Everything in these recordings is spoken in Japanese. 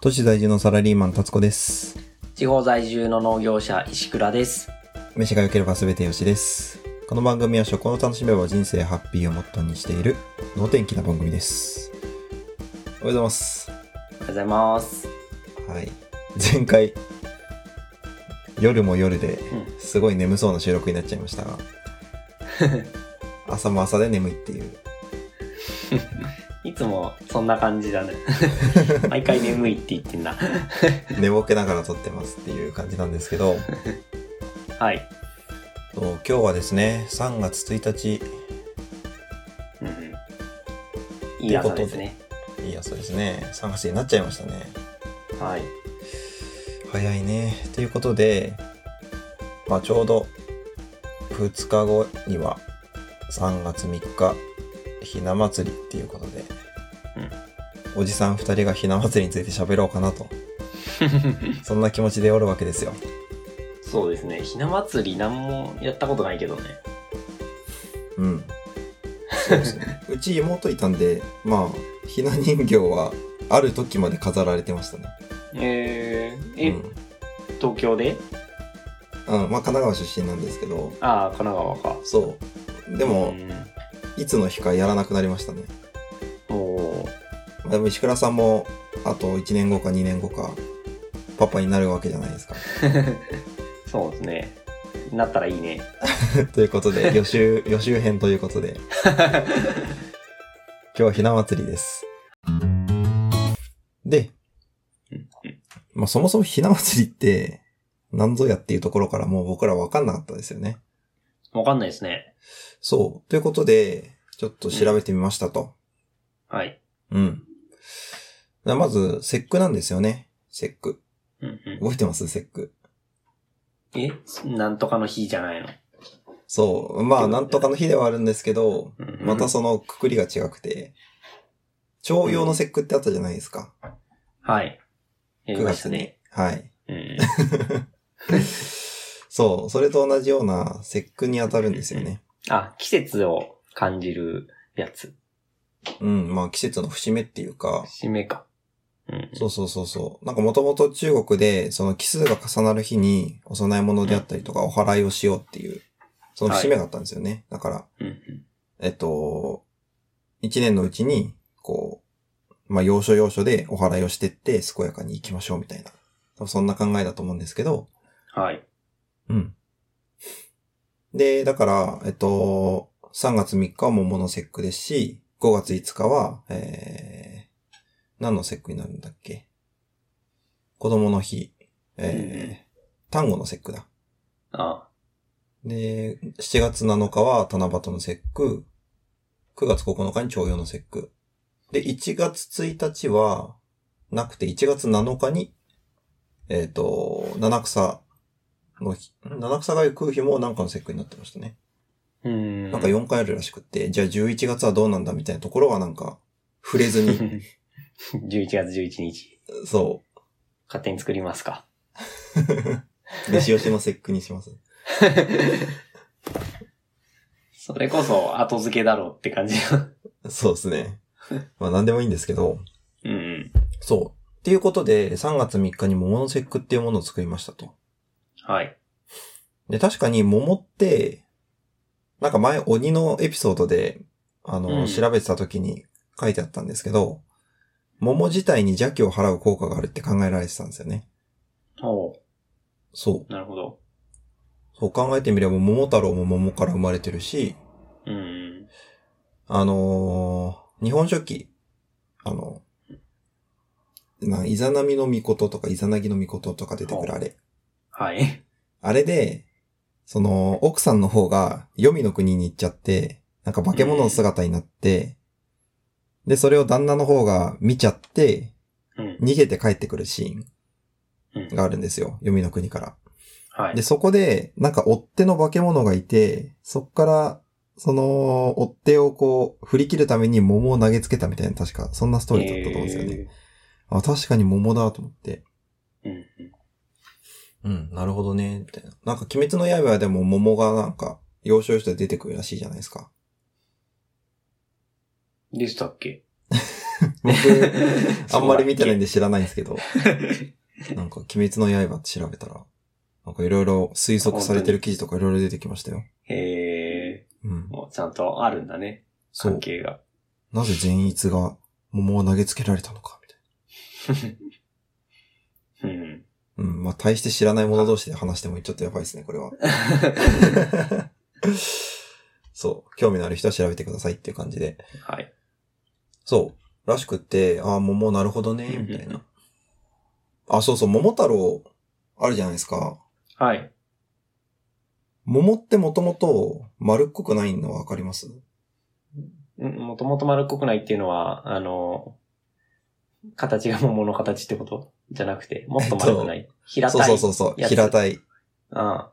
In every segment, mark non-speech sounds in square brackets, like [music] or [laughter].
都市在住のサラリーマン達子です地方在住の農業者石倉です。飯が良ければ全てよしですこの番組は食を楽しめば人生ハッピーをモットーにしている能天気な番組ですおはようございますおはようございます。はい前回夜も夜でうんすごい眠そうな収録になっちゃいましたが朝も朝で眠いっていういつもそんな感じだ [laughs] ね。毎回眠いって言ってんな。寝ぼけながら撮ってますっていう感じなんですけどはい。そう今日はですね3月1日うんうんいい朝ですね。いい朝ですね3月になっちゃいましたね [laughs] はい。早いねということで、まあ、ちょうど2日後には3月3日ひな祭りっていうことで、おじさん2人がひな祭りについて喋ろうかなとそんな気持ちでおるわけですよそうですね。ひな祭り何もやったことないけどね。うんそうですねうち妹いたんでまあひな人形はある時まで飾られてましたねえー、え、うん東京でうんまあ、神奈川出身なんですけどああ、神奈川か。そうでも、うんいつの日かやらなくなりましたね、もう、まあ、でも石倉さんもあと1年後か2年後かパパになるわけじゃないですか [laughs] [laughs] そうですね。なったらいい [laughs] ね。ということ [laughs] で予習予習編ということで今日はひな祭りですでうん、まあ、そもそもひな祭りって何ぞやっていうところからもう僕ら分かんなかったですよねわかんないですね。そうということでちょっと調べてみましたと、はい。うん。だまず、節句なんですよね。節句。うんう覚えてます節句。ん、え、なんとかの日じゃないの、そう。まあ、なんとかの日ではあるんですけど、うんうんまたそのくくりが違くて、徴用の節句ってあったじゃないですか。はい。やり9ました月にね。。はい。 [laughs] うん。そう。それと同じような節句に当たるんですよね。あ、季節を感じるやつ。うん。まあ、季節の節目っていうか、締めか。うん。そうそうそうそう。なんかもともと中国で、その奇数が重なる日にお供え物であったりとかお祓いをしようっていう、その節目があったんですよね。だから、うんうん。えっと、一年のうちに、こう、まあ、要所要所でお祓いをしてって、健やかに行きましょうみたいな。多分そんな考えだと思うんですけど、はい。うん。で、だから、えっと、3月3日は桃の節句ですし、5月5日は、えー、何の節句になるんだっけ子供の日、うんうえー、単語の節句だ。あで、7月7日は七夕の節句、9月9日に徴用の節句。で、1月1日は、なくて1月7日に、えっ、と、七草の日、ん七草がゆく日もなんかの節句になってましたね。うん。なんか4回あるらしくって、じゃあ11月はどうなんだみたいなところはなんか、触れず [laughs] に、 11月11日。そ勝手に作りますか。う、弟子寄しの節句にします。それこそ後付けだろうって感じ [laughs] の。そうですね。まあ何でもいいんですけど、うんうん。そう。っていうことで、3月3日に桃の節句っていうものを作りましたと。はい。で、確かに桃って、なんか前鬼のエピソードで、あの、うん調べてた時に書いてあったんですけど、桃自体に邪気を払う効果があるって考えられてたんですよね。ほそう。う。なるほど。そう考えてみれば桃太郎も桃から生まれてるし、うんあのー日本書紀、あの、な、イザナミの御事とかイザナギの御事とか出てくるあれ。はい。あれで、その、奥さんの方が、黄泉の国に行っちゃって、なんか化け物の姿になって、で、それを旦那の方が見ちゃって、うん。逃げて帰ってくるシうーンん。があるんですよ。黄泉の国から。はで、い。そこで、なんか追っ手の化け物がいて、そっから、その、追っ手をこう、振り切るために桃を投げつけたみたいな、確か、そんなストーリーだったと思うんですよね。あ、確かに桃だと思って。えー。うんうん。うん、なるほどね、みたいな。なんか、鬼滅の刃でも桃がなんか、要所要所で出 [laughs] てくるらしいじゃないですか。でしたっけ僕、あんまり見てないん [laughs] で。で知らないんですけど、なんか、鬼滅の刃って調べたら、なんかいろいろ推測されてる記事とかいろいろ出てきましたよ。へえ、うん。もうちゃんとあるんだね。そ関う。[laughs] 係が。なぜ善逸が桃を投げつけられたのか、みたいうん。な。うん。まあ、大して知らない者同士で話してもちょっとやばいですね、これ [laughs] は。そう。興味のある人は調べてくださいっていう感じで。はい。そう。らしくって、ああ、桃なるほどね、みたいな。あ、そうそう、桃太郎、あるじゃないですか。はい。桃ってもともと丸っこくないのわかりますんもともと丸っこくないっていうのは、あの、形が桃の形ってことじゃなくて、もっと丸くない。平そうたい。そうそうそう。やつ平たい。ああ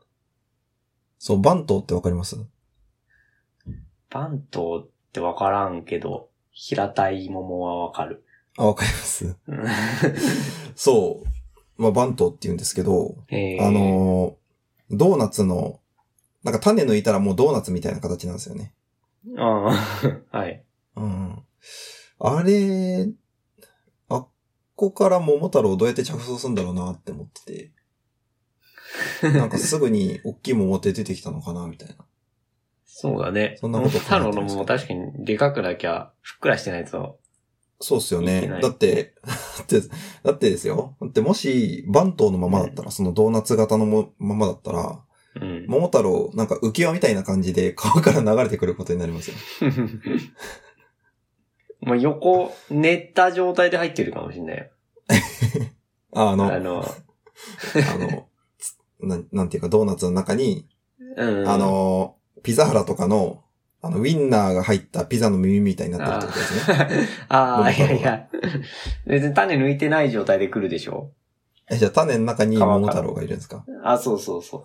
そう、番頭ってわかりますバントってわからんけど、平たい桃はわかる。 [laughs] あ、わかります。 [laughs] うんそう。まあ、番頭って言うんですけど、えーあのードーナツの、なんか種抜いたらもうドーナツみたいな形なんですよね。うん。 [laughs] はい。うん。あれ、あっこから桃太郎どうやって着想するんだろうなって思って [laughs] て、なんかすぐに大きい桃って出てきたのかなみたいな。そうだね。そんなこと考えて太ま郎すの桃確かにでかくなきゃ、ふっくらしてないと。そうっすよいけねな。いだって、だって、だってですよ。だってもし、番頭のままだったら、そのドーナツ型のもままだったら、うん。桃太郎、なんか浮き輪みたいな感じで川から流れてくることになりますよ。もう横、寝た状態で入ってるかもしれないよ。ああの、ああの、の、つなんなんていうか、ドーナツの中に、うん。あ、の、ピザハラとかの、あの、ウィンナーが入ったピザの耳みたいにな [laughs] ってるってことです [laughs] ね。ああ、桃い太郎やいや。別に種抜いてない状態で来るでしょえ、じゃあ種の中に川から桃太郎がいるんですかあ、そうそ [laughs] うそう。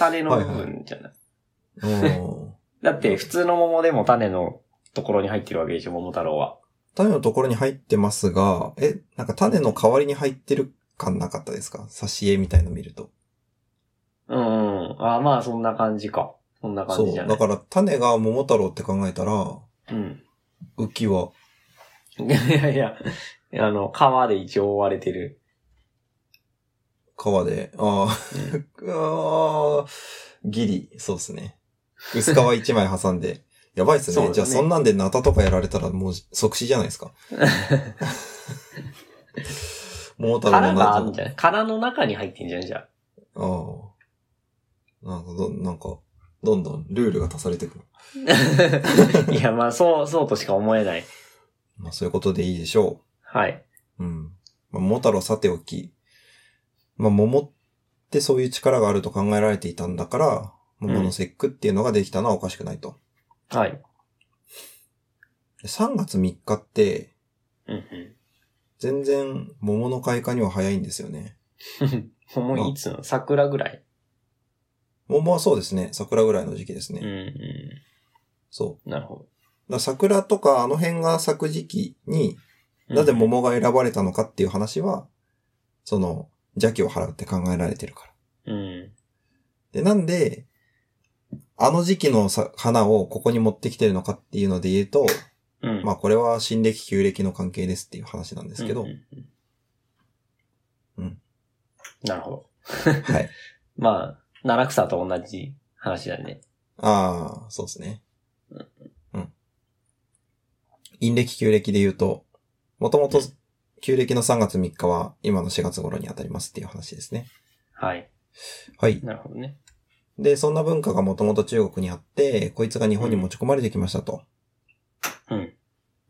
種の部分じゃない。おーだって、普通の桃でも種のところに入ってるわけでしょ、桃太郎は。種のところに入ってますが、え、なんか種の代わりに入ってる感なかったですか挿絵みたいの見ると。うん、うん。あまあ、そんな感じか。そんな感そう。じじゃなだい。から種が桃太郎って考えたら、うん。 [laughs] 浮き輪。いやいや、あの、川で一応覆われてる。川で、あー [laughs] あー、ギリ、そうですね。薄皮一枚挟んで。 [laughs] やばいっすね。そうだねじゃあそんなんでナタとかやられたらもう即死じゃないです [laughs] か。桃太郎殻のがあナるんじタ。ゃない殻の中に入ってんじゃん、じゃあ。あーなんかど、なんか、どんどんルールが足されてくる。 [laughs] いや、まあ、そう、そうとしか思えない。まあそういうことでいいでしょはい。う。うん。まあ、桃太郎さておき。まあ桃ってそういう力があると考えられていたんだから、桃の節句っていうのができたのはおかしくないと。はい。で3月3日って、うんうん全然桃の開花には早いんですよね。桃いつの桜ぐらい。桃はそうですね、桜ぐらいの時期ですね。うんうそん。なるほう。だから桜とかあの辺が咲く時期に、ど。なぜも桃が選ばれたのかっていう話は、その、邪気を払うって考えられてるから。うん。で、なんで、あの時期のさ花をここに持ってきてるのかっていうので言うと、うん。まあこれは新暦旧暦の関係ですっていう話なんでですけど、うん。なるほど。はい。まあ、七草と同じ話だね。ああ、そうですねうん。うん。陰暦旧暦で言うと、もともと旧暦の3月3日は今の4月頃に当たりますっていう話ですね。はい。はい。なるほどね。で、そんな文化がもともと中国にあって、こいつが日本に持ち込まれてきましたと。うん。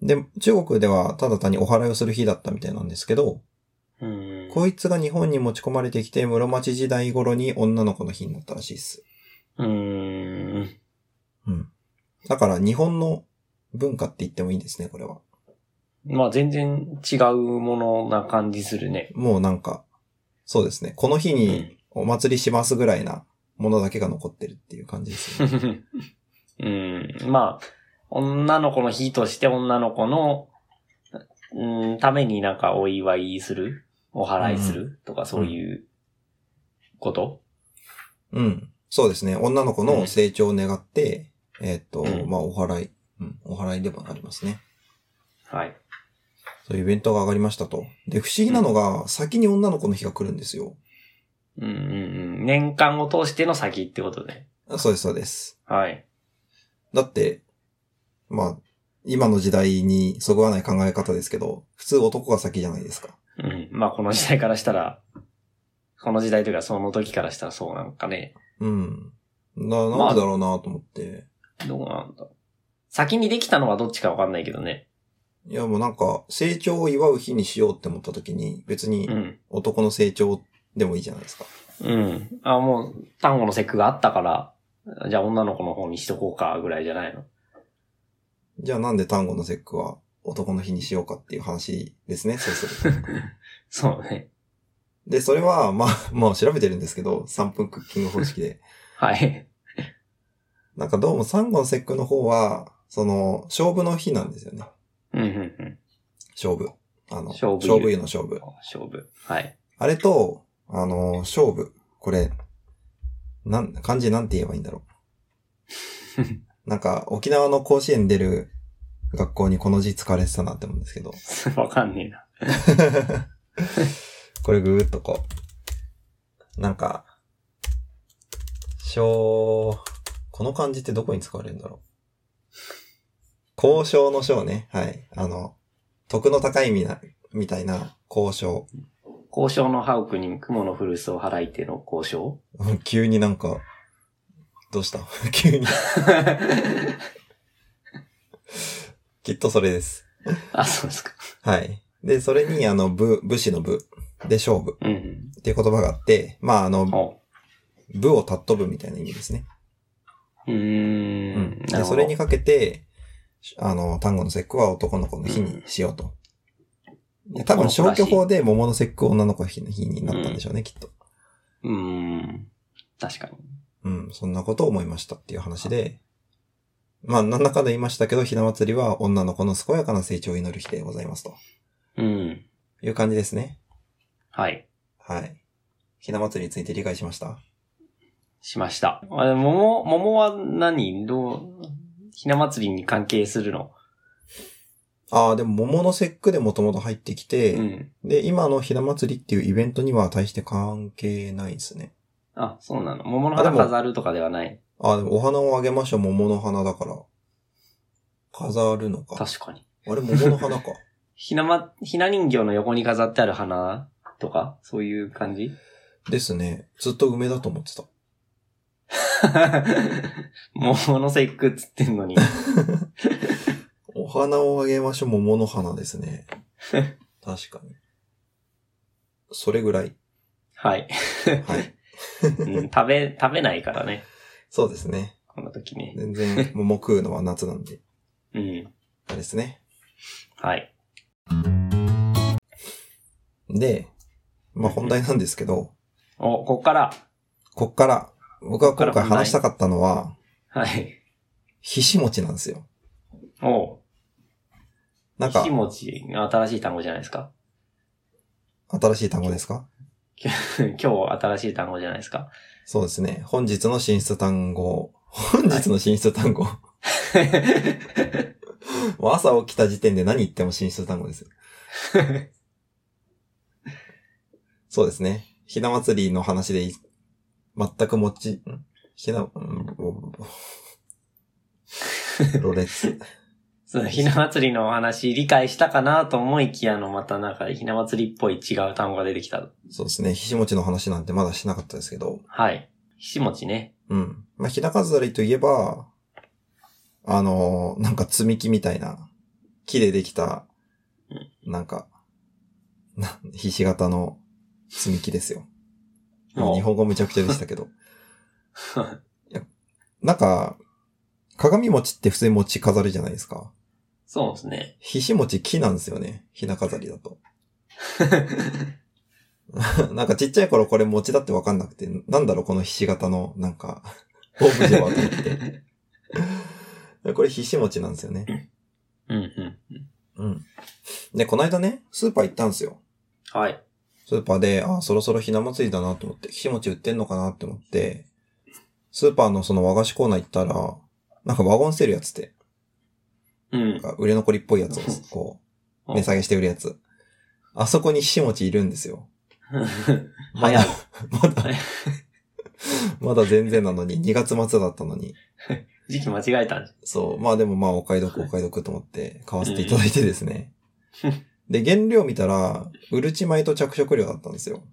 で、中国ではただ単にお祓いをする日だったみたいなんですけど、うん。こいつが日本に持ち込まれてきて室町時代頃に女の子の日になったらしいです。うーん。うん。だから日本の文化って言ってもいいんですね、これは。まあ全然違うものな感じするね。もうなんか、そうですね。この日うにん。お祭りしますぐらいなものだけが残ってるっていう感じ [laughs] ですよね。うん。まあ、女の子の日として女の子の、うん、ためになんかお祝いする、お祓いするとかそういうこと、うん。そうですね。女の子の成長を願って、えーっと、うんまあ、お祓い。うん。お祓いでもありますね。はい。そういうイベントが上がりましたと。で、不思議なのが、先に女の子の日が来るんですよ。うんうんうん。年間を通しての先ってことで。あそうです、そうです。はい。だって、まあ、今の時代にそぐわない考え方ですけど、普通男が先じゃないですか。うん。まあこの時代からしたら、この時代というかその時からしたらそうなんかね。うん。な、まなあんでだろうなと思って。どうなんだ。先にできたのはどっちかわかんないけどね。いや、もうなんか、成長を祝う日にしようって思った時に、別にうん。男の成長でもいいじゃないですか。うん。あ、もう、単語の節句があったから、じゃあ女の子の方にしとこうか、ぐらいじ [laughs] ゃないの。じゃあなんで単語の節句は男の日にしようかっていう話です [laughs] ね、そうすると。そうね。で、それは、まあ、まあ調べてるんですけど、3分クッキング方式 [laughs] で。はい。なんかどうも3号の節句の方は、その、勝負の日なんですよね。うんうんうん。勝負。あの、勝負湯勝負湯の勝負。勝負。はい。 [laughs] あれと、あの、勝負。これ、なん、漢字なんて言えばいいんだろう。なんか、沖縄の甲子園出る学校にこの字使われてたなって思うんですけど。わかんねえな。これぐーっとこう。なんか、小、この漢字ってどこに使われるんだろう。交渉の章ね。はい。あの、徳の高いみな、みたいな交渉。交渉のハウクに雲の古巣を払いての [laughs] 交渉急になんか、どうした [laughs] 急に。きっとそれです。あ、そうですか。はい。で、それに、あの、武、武士の武で勝負うんうん。っていう言葉があって、まあ、あの、お武を尊ぶみたいな意味ですね。うーん。でなるほどそれにかけて、あの、単語の節句は男の子の日にしようと。で多分消去法で桃の節句女の子の日になったんでしょうね、きっと。うーん。確かに。うん、そんなことを思いましたっていう話で。まあ、何らかで言いましたけど、ひな祭りは女の子の健やかな成長を祈る日でございますとうん。いう感じですね。はい。はい。ひな祭りについて理解しましたしました。あれ、桃、桃は何どう、ひな祭りに関係するのああ、でも桃の節句でもともと入ってきて、うん。で、今のひな祭りっていうイベントには大して関係ないですね。あ、そうなの。桃のあでも花飾るとかではない。あ、でもお花をあげましょう、桃の花だから。飾るのか。確かに。あれ、桃の花か。 [laughs] ひなま、ひな人形の横に飾ってある花とか、そういう感じ [laughs] ですね。ずっと梅だと思ってた。桃の節句っつってんのに。お花をあげましょう、桃の花です [laughs] ね。確かに。それぐらい。はい。 [laughs] はい。うん食べ、食べないからね。そうですね。この時ね。全然、桃食うのは夏なんで。うん。あれですね。はい。で、まあ本題なんですけど、お、こっから。こっから、僕はこっ今から回本題話したかったのは、はい。ひし餅なんですよ。おう。なんひかし、もち、新しい単語じゃないですか。 [laughs] 新しい単語ですか今日新しい単語じゃないですか。 [laughs] そうですね。本日の進出単語。本日の進出単語。もう朝起きた時点で何言っても進出単語 [laughs] ですよ。そうですね。ひな祭りの話でい、全く持ち、んひな、 [laughs] うんロレッツ。そう、ひな祭りのお話理解したかなと思いきやの、またなんかひな祭りっぽい違う単語が出てきた。そうですね。ひしもちの話なんてまだしなかったですけど。はい。ひしもちね。うん。まあ、ひな飾りといえば、あのーなんか積み木みたいな、木でできた、なんか、な、ひし形の積み木ですよ。おう日本語むちゃくちゃでしたけど。いやなんか、鏡餅って普通に餅飾るじゃないですか。そうです [laughs] ね。ひし餅木なんですよね。ひな飾りだと。 [laughs] なんかちっちゃい頃これ餅だってわかんなくて、なんだろうこのひし形の、なんか、 [laughs] オブジェはと思って。これ [laughs] ひし餅なんですよね。うんうん。うん。で、この間ね、スーパー行ったんですよ。はい。スーパーで、あ、そろそろひな祭りだなと思って、ひし餅売ってんのかなって思って、スーパーのその和菓子コーナー行ったら、なんかワゴンセールやってて、うん。 [laughs] なんか売れ残りっぽいやつをこうん値下げして売るやつ。あそこにひしもちいるんですよ。ま早だい。、 [laughs] まだ、まだ全然なのに、2月末だったのに。時期間違えたんじそう。まあでもまあお買い得お買い得と思って買わせていただいてですね。 [laughs] で、原料見たら、うるち米と着色料だったんですよ。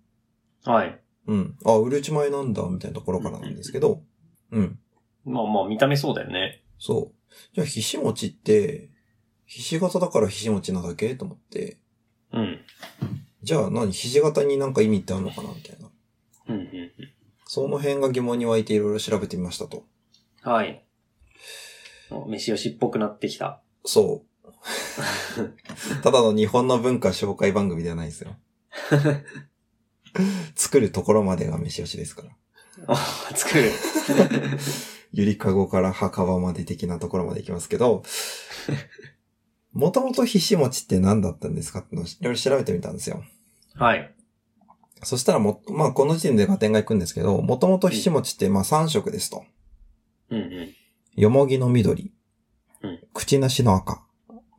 ゃん。はい。うん。あ、うるち米なんだ、みたいなところからなんですけど。うん。まあまあ、見た目そうだよね。そう。じゃあ、ひし餅って、ひし形だからひし餅なだけと思って。うん。じゃあ何、ひし形になんか意味ってあるのかなみたいな。うん、うんその辺が疑問に湧いていろいろ調べてみましたと。うん。はい。お飯吉っぽくなってきた。 [laughs] そう。ただの日本の文化紹介番組ではないです [laughs] よ。作るところまでが飯吉ですから。作る。ゆりかごから墓場まで的なところまで行きますけど、もともとひし餅って何だったんですかってのをいろいろ調べてみたんですよ。はい。そしたらも、まあこの時点で合点がいくんですけど、もともとひし餅ってまあ3色ですと。うんうん。よもぎの緑うん、口なしの赤、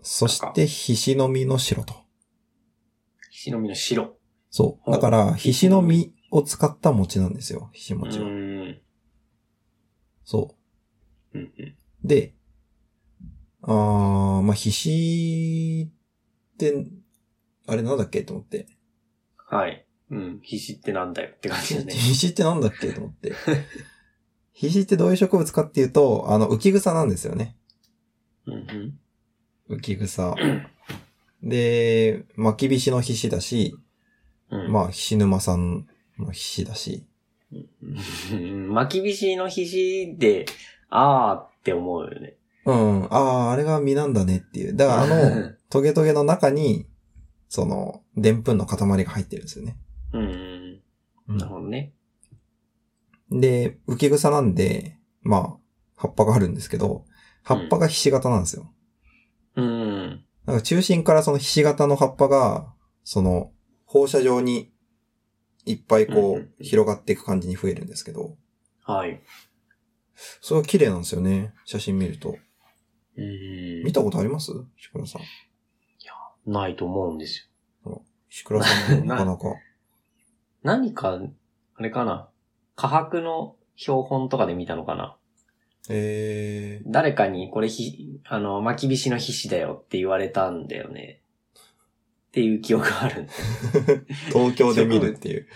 そしてひしの実の白と。ひしのみの白。そう。ほうだから、ひしの実を使った餅なんですよ。ひしう餅は。ーん。そうんうん。う。で、あー、まあ、ひしって、あれなんだっけと思って。はい。うん。ひしってなんだよって感じだね。ひしってなんだっけと思って。 [laughs] ひしってどういう植物かっていうと、あの、浮草なんですよね。うんうん。浮草。で、巻きびしのひしだし、うん、まあ、ひし沼さんのひしだし。うん巻きびしのひしで、あーって思うよね。うん、ああ、あれが実なんだねっていう。だからあの、トゲトゲの中に、その、でんぷんの塊が入ってるんですよね。うんうんうん。なるほどね。で、浮草なんで、まあ、葉っぱがあるんですけど、葉っぱがひし形なんですよ。うん。なんか中心からそのひし形の葉っぱが、その、放射状に、いっぱいうんこうんう、広がっていく感じに増えるんですけど、はい。それは綺麗なんですよね。写真見ると。うん見たことありますシクラさん。ないと思うんですよ。シクラさ [laughs] んもなかなか。何か、あれかな。科博の標本とかで見たのかな。えー、誰かにこれひ、あの、巻きびしの皮脂だよって言われたんだよね。っていう記憶があるん [laughs] だよ [laughs] 東京で見るっていう。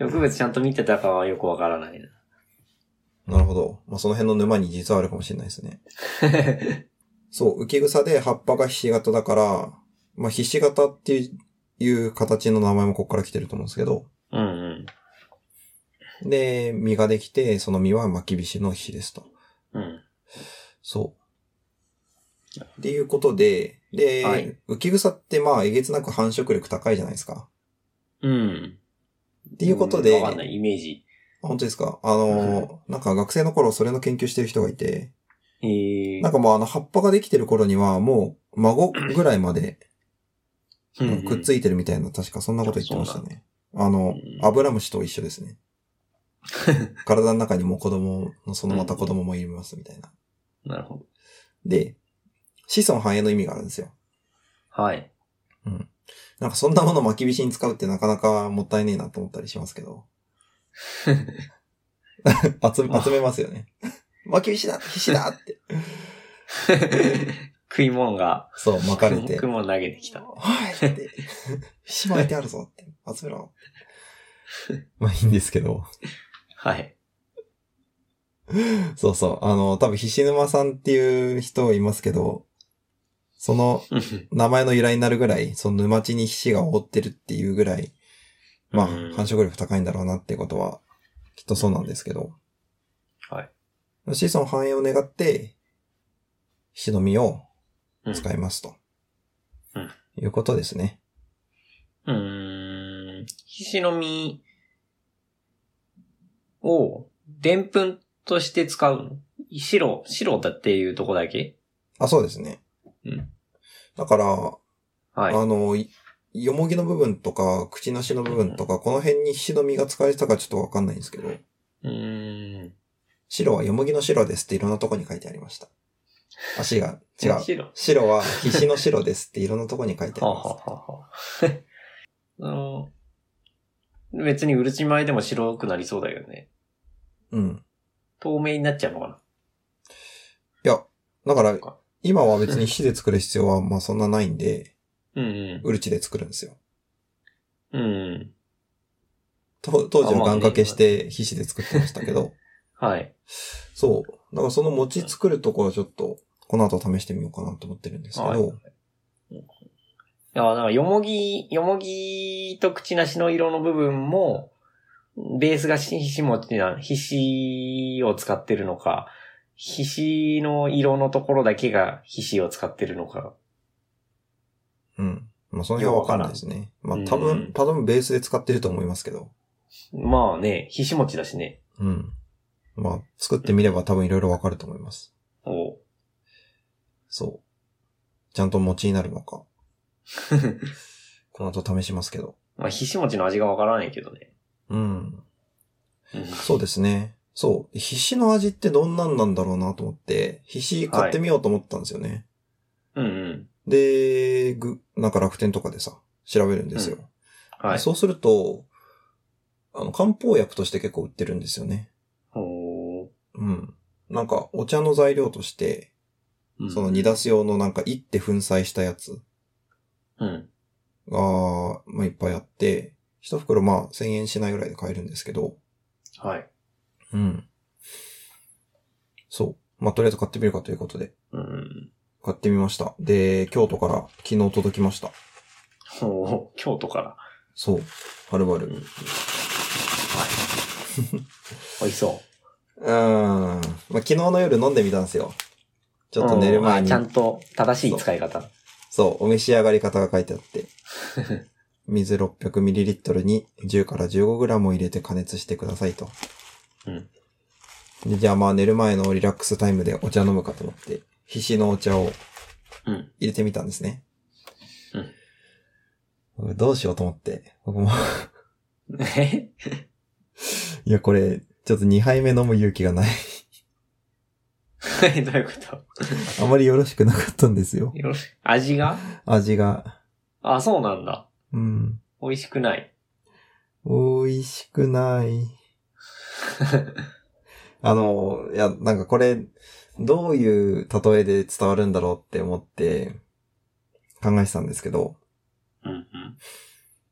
植物ちゃんと見てたかはよくわからない [laughs] な。なるほど。まあ、その辺の沼に実はあるかもしれないですね。そう、浮き草で葉っぱがひし形だから、まあ、ひし形っていういう形の名前もここから来てると思うんですけど、うんうん。で、実ができて、その実は巻きびしのひですと。うん。そう。っていうことで、で、はい浮き草ってまあ、えげつなく繁殖力高いじゃないですか。うん。っていうことで、んわかんない、イメージ。本当ですかあのー、なんか学生の頃それの研究してる人がいて、ええなんかもうあの葉っぱができてる頃にはもう孫ぐらいまでうんくっついてるみたいな、確かそんなこと言ってましたね。あのうん、アブラムシと一緒です [laughs] ね。体の中にも子供の、そのまた子供もいますみたいな。なるほで、子孫繁栄の意味があるんですよ。ど。はい。 [laughs] なんかそんなもの巻きびしに使うってなかなかもったいねえなと思ったりしますけ [laughs] ど。 [laughs] 集め、集めますよね。 [laughs] 巻きびしだ必死だって。食い物が、そう、巻かれて [laughs] 食。い物投げてきた。はいって。しまいてあるぞ [laughs] って。集めろ。まあいいんですけど。はい。そうそう。あの、多分、菱沼さんっていう人いますけど、その名前の由来になるぐらい、その沼地に菱が覆ってるっていうぐらい、まあ、うん繁殖力高いんだろうなっていうことは、きっとそうなんですけど。はい。子孫繁栄を願って、菱の実を使いますと。うんいうことですね。うーん。ひしの実を、でんぷんとして使うの白、白だっていうとこだけあ、そうですね。うんだから、はい。あの、いよもぎの部分とか、口なしの部分とか、この辺に菱の実が使われてたかちょっとわかんないんですけど、うーん。白はよもぎの白ですっていろんなとこに書いてありました。足が違う。白。白は必死の白ですっていろんなとこに書いてあはりあはます。あはあはああの、別にうるち米でも白くなりそうだよね。うん。透明になっちゃうのかいや、だからか、今は別に火で作る必要は、まあそんなないんで、な。うんうるちで作るんですよ。うん。うん。と当時は願掛けして皮脂で作ってましたけど、はい。そう。だからその餅作るところはちょっと、この後試してみようかなと思ってるんですけはいど、いや、なんか、よもぎ、よもぎと口なしの色の部分も、ベースがひし餅な、ひしを使ってるのか、ひしの色のところだけがひしを使ってるのか。うん。まあその辺はわかんないですね。まあ多う分ん、多分ベースで使ってると思いますけど、まあね、ひし餅だしね。うん。まあ作ってみれば多分いろいろわかると思います。おうそう。ちゃんと餅になるの [laughs] か、この後試しますけど。まあ、ひし餅の味がわからないけどね。うん。うんそうですね。そう。皮脂の味ってどんなんなんだろうなと思って、皮脂買ってみようと思ったんですよね。うんうん。で、ぐ、なんか楽天とかでさ、調べるんですよ。はい。そうすると、あの、漢方薬として結構売ってるんですよね。おーうん。なんか、お茶の材料として、うんその煮出す用のなんか、いって粉砕したやつうん。が、まあ、いっぱいあって、一袋まあ、1000円しないぐらいで買えるんですけど、はい。うん。そう。まあ、とりあえず買ってみるかということで、うん。買ってみました。で、京都から昨日届きました。おー京都から。そう。はるばうんる。 [laughs] はい。美味しそう。うーん。まあ、昨日の夜飲んでみたんですよ。ちょっと寝る前うんあにちゃ。んと正しい使い方。そう、お召し上がり方が書いてあって。 [laughs] 水 600ml に10から 15g を入れて加熱してくださいと。うん。で、じゃあまあ寝る前のリラックスタイムでお茶飲むかと思って、必死のお茶をうん。入れてみたんですね。うん。どうしようと思って。僕も、 [laughs] [laughs] えいやこれ、ちょっと2杯目飲む勇気がない。どういうことあまりよろしくなかったんですよ。よろしい味が味が。あ、そうなんだ。うん。美味しくない。美味しく [laughs] ない。あの、いや、なんかこれ、どういう例えで伝わるんだろうって思って考えてたんですけど、うん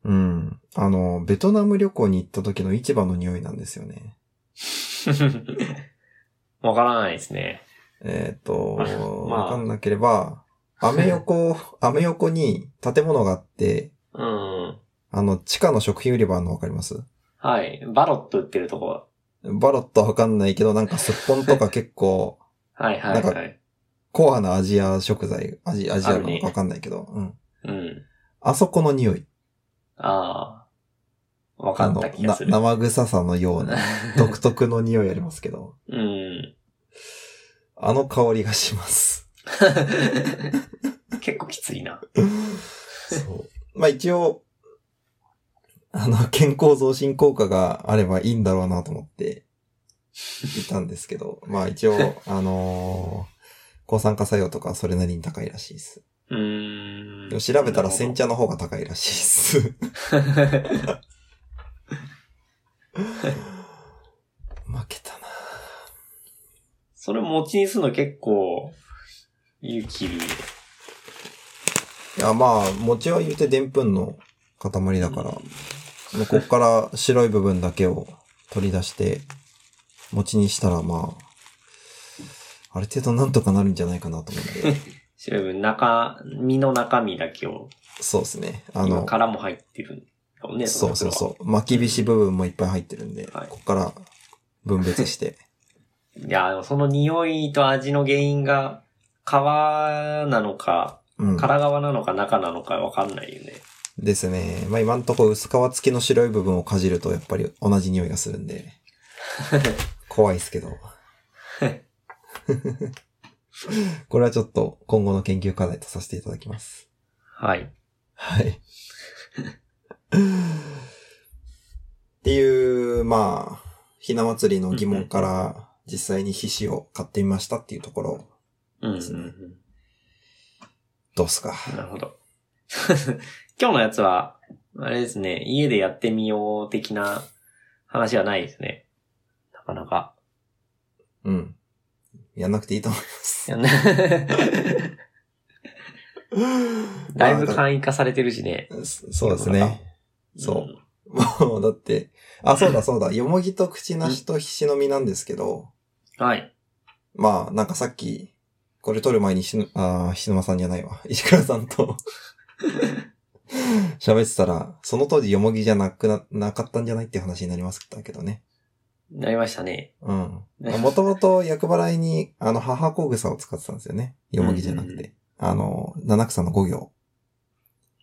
うん。うん。あの、ベトナム旅行に行った時の市場の匂いなんですよね。 [laughs] わからないですね。えーっと、わ、 [laughs] まあかんなければ、アメ [laughs] 横、アメ横に建物があって、うん。あの、地下の食品売り場あるのわかりますはい。バロット売ってるとこ。バロットはわかんないけど、なんかすっぽんとか結構、はいはないんかはい。コアなアジア食材、アジアジアなあるのねかわかんないけど、うん。うん。あそこの匂い。ああ。わかあっのた気がなする。生臭さの [laughs] ような独特の匂いありますけど、うん。 [laughs] あの香りがします。結構きついな。そう。まあ一応、あの、健康増進効果があればいいんだろうなと思って、いたんですけど、まあ一応、 [laughs] あのー抗酸化作用とかそれなりに高いらしいです。うーでん。も調べたら煎茶の方が高いらしいで [laughs] す。負けたなそれ餅にするの結構、勇気いる。いや、まあ、餅は言うてでんぷんの塊だから、ここから白い部分だけを取り出して、餅にしたら、まあ、ある程度なんとかなるんじゃないかなと思うん [laughs] で。白い分、中、身の中身だけを、そうですね。あ今の、からも入ってるんだもんね。そうそうの袋はそう。巻きびし部分もいっぱい入ってるんで、はいここから分別 [laughs] して。いや、でもその匂いと味の原因が、皮なのか、うん。殻側なのか中なのかわかんないよね。ですね。まあ今んとこ薄皮付きの白い部分をかじるとやっぱり同じ匂いがするん [laughs] で。怖いですけど。これはちょっと今後の研究課題とさせていただきます。はい。はい。っていう、まあ、ひな祭りの疑問から実際に皮脂を買ってみましたっていうところううんうんすねうんどうっすか。なるほど。 [laughs] 今日のやつは、あれですね、家でやってみよう的な話はないですね。なかなか。うん。やんなくていいと思い [laughs] ます。 [laughs] だいぶ [laughs] まあ簡易化されてるしね。。だそうですね。そうう。もうだって、あ、そうだそうだ。よもぎと口なしとひしの実なんですけど、はい。まあ、なんかさっき、これ撮る前にしの、あー、ひしのまさんじゃないわ。石倉さんと、喋ってたら、その当時よもぎじゃなくな、なかったんじゃないっていう話になりましたけどね。なりましたね。うん。もともと厄払いに、あの、母小草を使ってたんですよね。よもぎじゃなくうんうんうて。あの、七草の五行。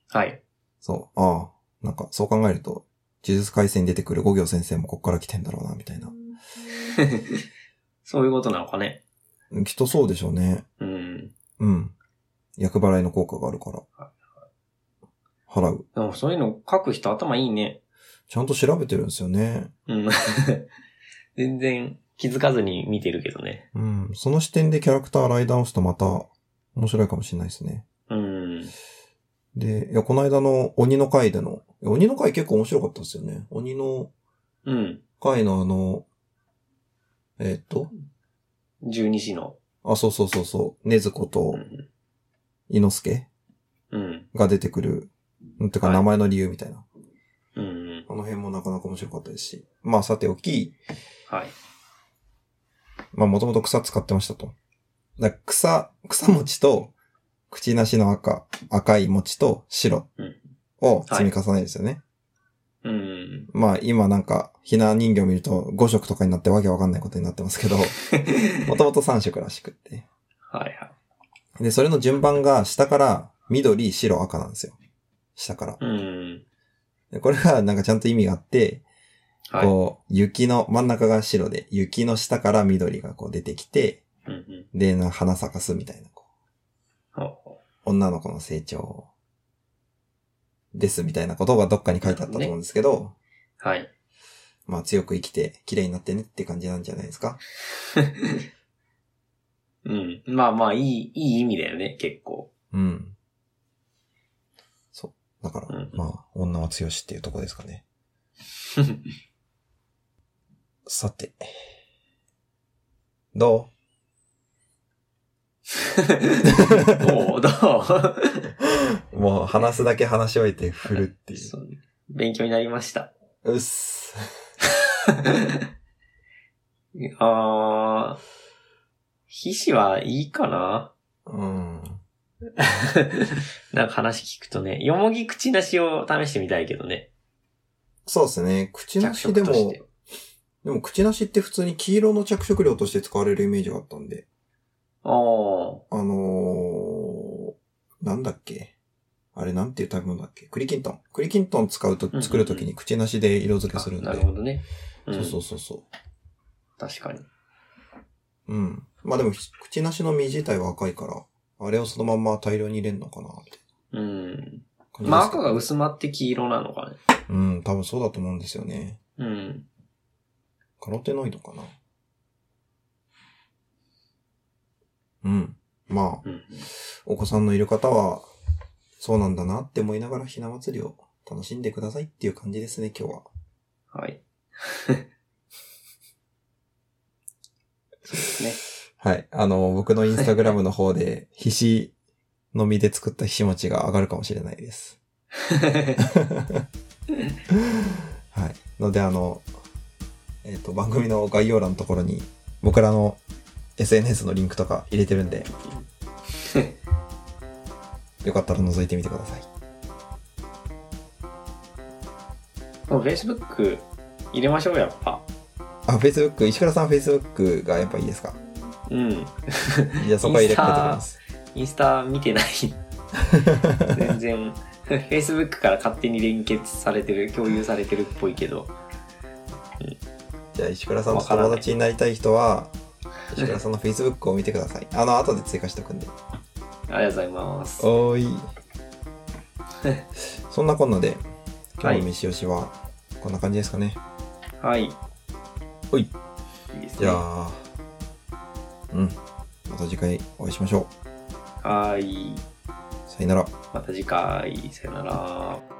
はい。そう。ああ。なんか、そう考えると、呪術改正に出てくる五行先生もこっから来てんだろうな、みたいな。そういうことなのかね。きっとそうでしょうね。うん。うん。厄払いの効果があるから。払う。でもそういうの書く人頭いいね。ちゃんと調べてるんですよね。うん。 [laughs] 全然気づかずに見てるけどね。うん。その視点でキャラクター洗い直すとまた、面白いかもしれないですね。うん。で、いや、この間の鬼の回での、いや鬼の回結構面白かったですよね。鬼のうん。回のあの、えーっと、十二支の。あ、そうそうそうそう、ねずことうん伊之助うん。が出てくる、うんてかはい名前の理由みたいな。うん。あの辺もなかなか面白かったですし。まあ、さておき、はい。まあ、もともと草使ってましたと。だから草、草餅と、口なしの赤、赤い餅と白うんを積み重ねるんですよね。うん。 [laughs] まあ、今なんか、ひな人形見ると5色とかになってわけわかんないことになってますけ [laughs] ど、もともと3色らしくって。はいはい。で、それの順番が下から緑、白、赤なんですよ。下から。うん。でこれがなんかちゃんと意味があって、はい。こう、雪の真ん中が白で、雪の下から緑がこう出てきて、うんうんで、な花咲かすみたいな、こほううほ女の子の成長ですみたいなことがどっかに書いてあったと思うんですけど、うはい。まあ強く生きて綺麗になってねって感じなんじゃないですか。うん。まあまあ、いい、いい意味だよね、結構。うん。そう。だから、うんまあ、女は強しっていうとこですかね。さて。ど [laughs] どうどうう [laughs] もう話すだけ話し終えて振るっていう。 [laughs] [laughs] そう勉強になりました。うっす。 [laughs] あー、皮脂はいいかな [laughs] うん。なんか話聞くとね、よもぎ口なしを試してみたいけどね。そうですね。口なしで着色としもて、でも口なしって普通に黄色の着色料として使われるイメージがあったんで。あー、あのー、なんだっけあれなんていう食べ物だっけ栗きんとん。栗きんとん使ううんうと、ん作るときに口なしで色付けあするんで。なるほどね。んそうそうそうそ確かに。う。うん。まあでも、ひ口なしの実自体は赤いから、あれをそのまんま大量に入れるのかなってうん。感じですけどまあ赤が薄まって黄色なのかね。うん、多分そうだと思うんですよね。うん。カロテノイドかな。うん。まあ、うん。お子さんのいる方は、そうなんだなって思いながらひな祭りを楽しんでくださいっていう感じですね、今日は。はい。 [laughs] そうですね。 [laughs] はい。あの、僕のインスタグラムの方で、ひしのみで作ったひし餅が上がるかもしれないです。はい。ので、あの、えっ、と、番組の概要欄のところに、僕らの SNS のリンクとか入れてるん [laughs] で、よかったら覗いてみてください。もう Facebook 入れましょう、やっぱ。あ、Facebook、石倉さん Facebook がやっぱいいですかうん。じゃあそこは入れ替えておきます。インスタ見てない。全然。Facebook から勝手に連結されてる、共有されてるっぽいけど。じゃあ石倉さんと友達になりたい人は、石倉さんの Facebook を見てください。 [laughs] あの、後で追加しておくんで。ありがとうございます。おーい。 [laughs] そんなこんなで、今日の飯吉は、こんな感じですかね。はい。ほいいいですね。じゃあ、うん。また次回お会いしましょう。はい。さよなら。また次回、さよなら。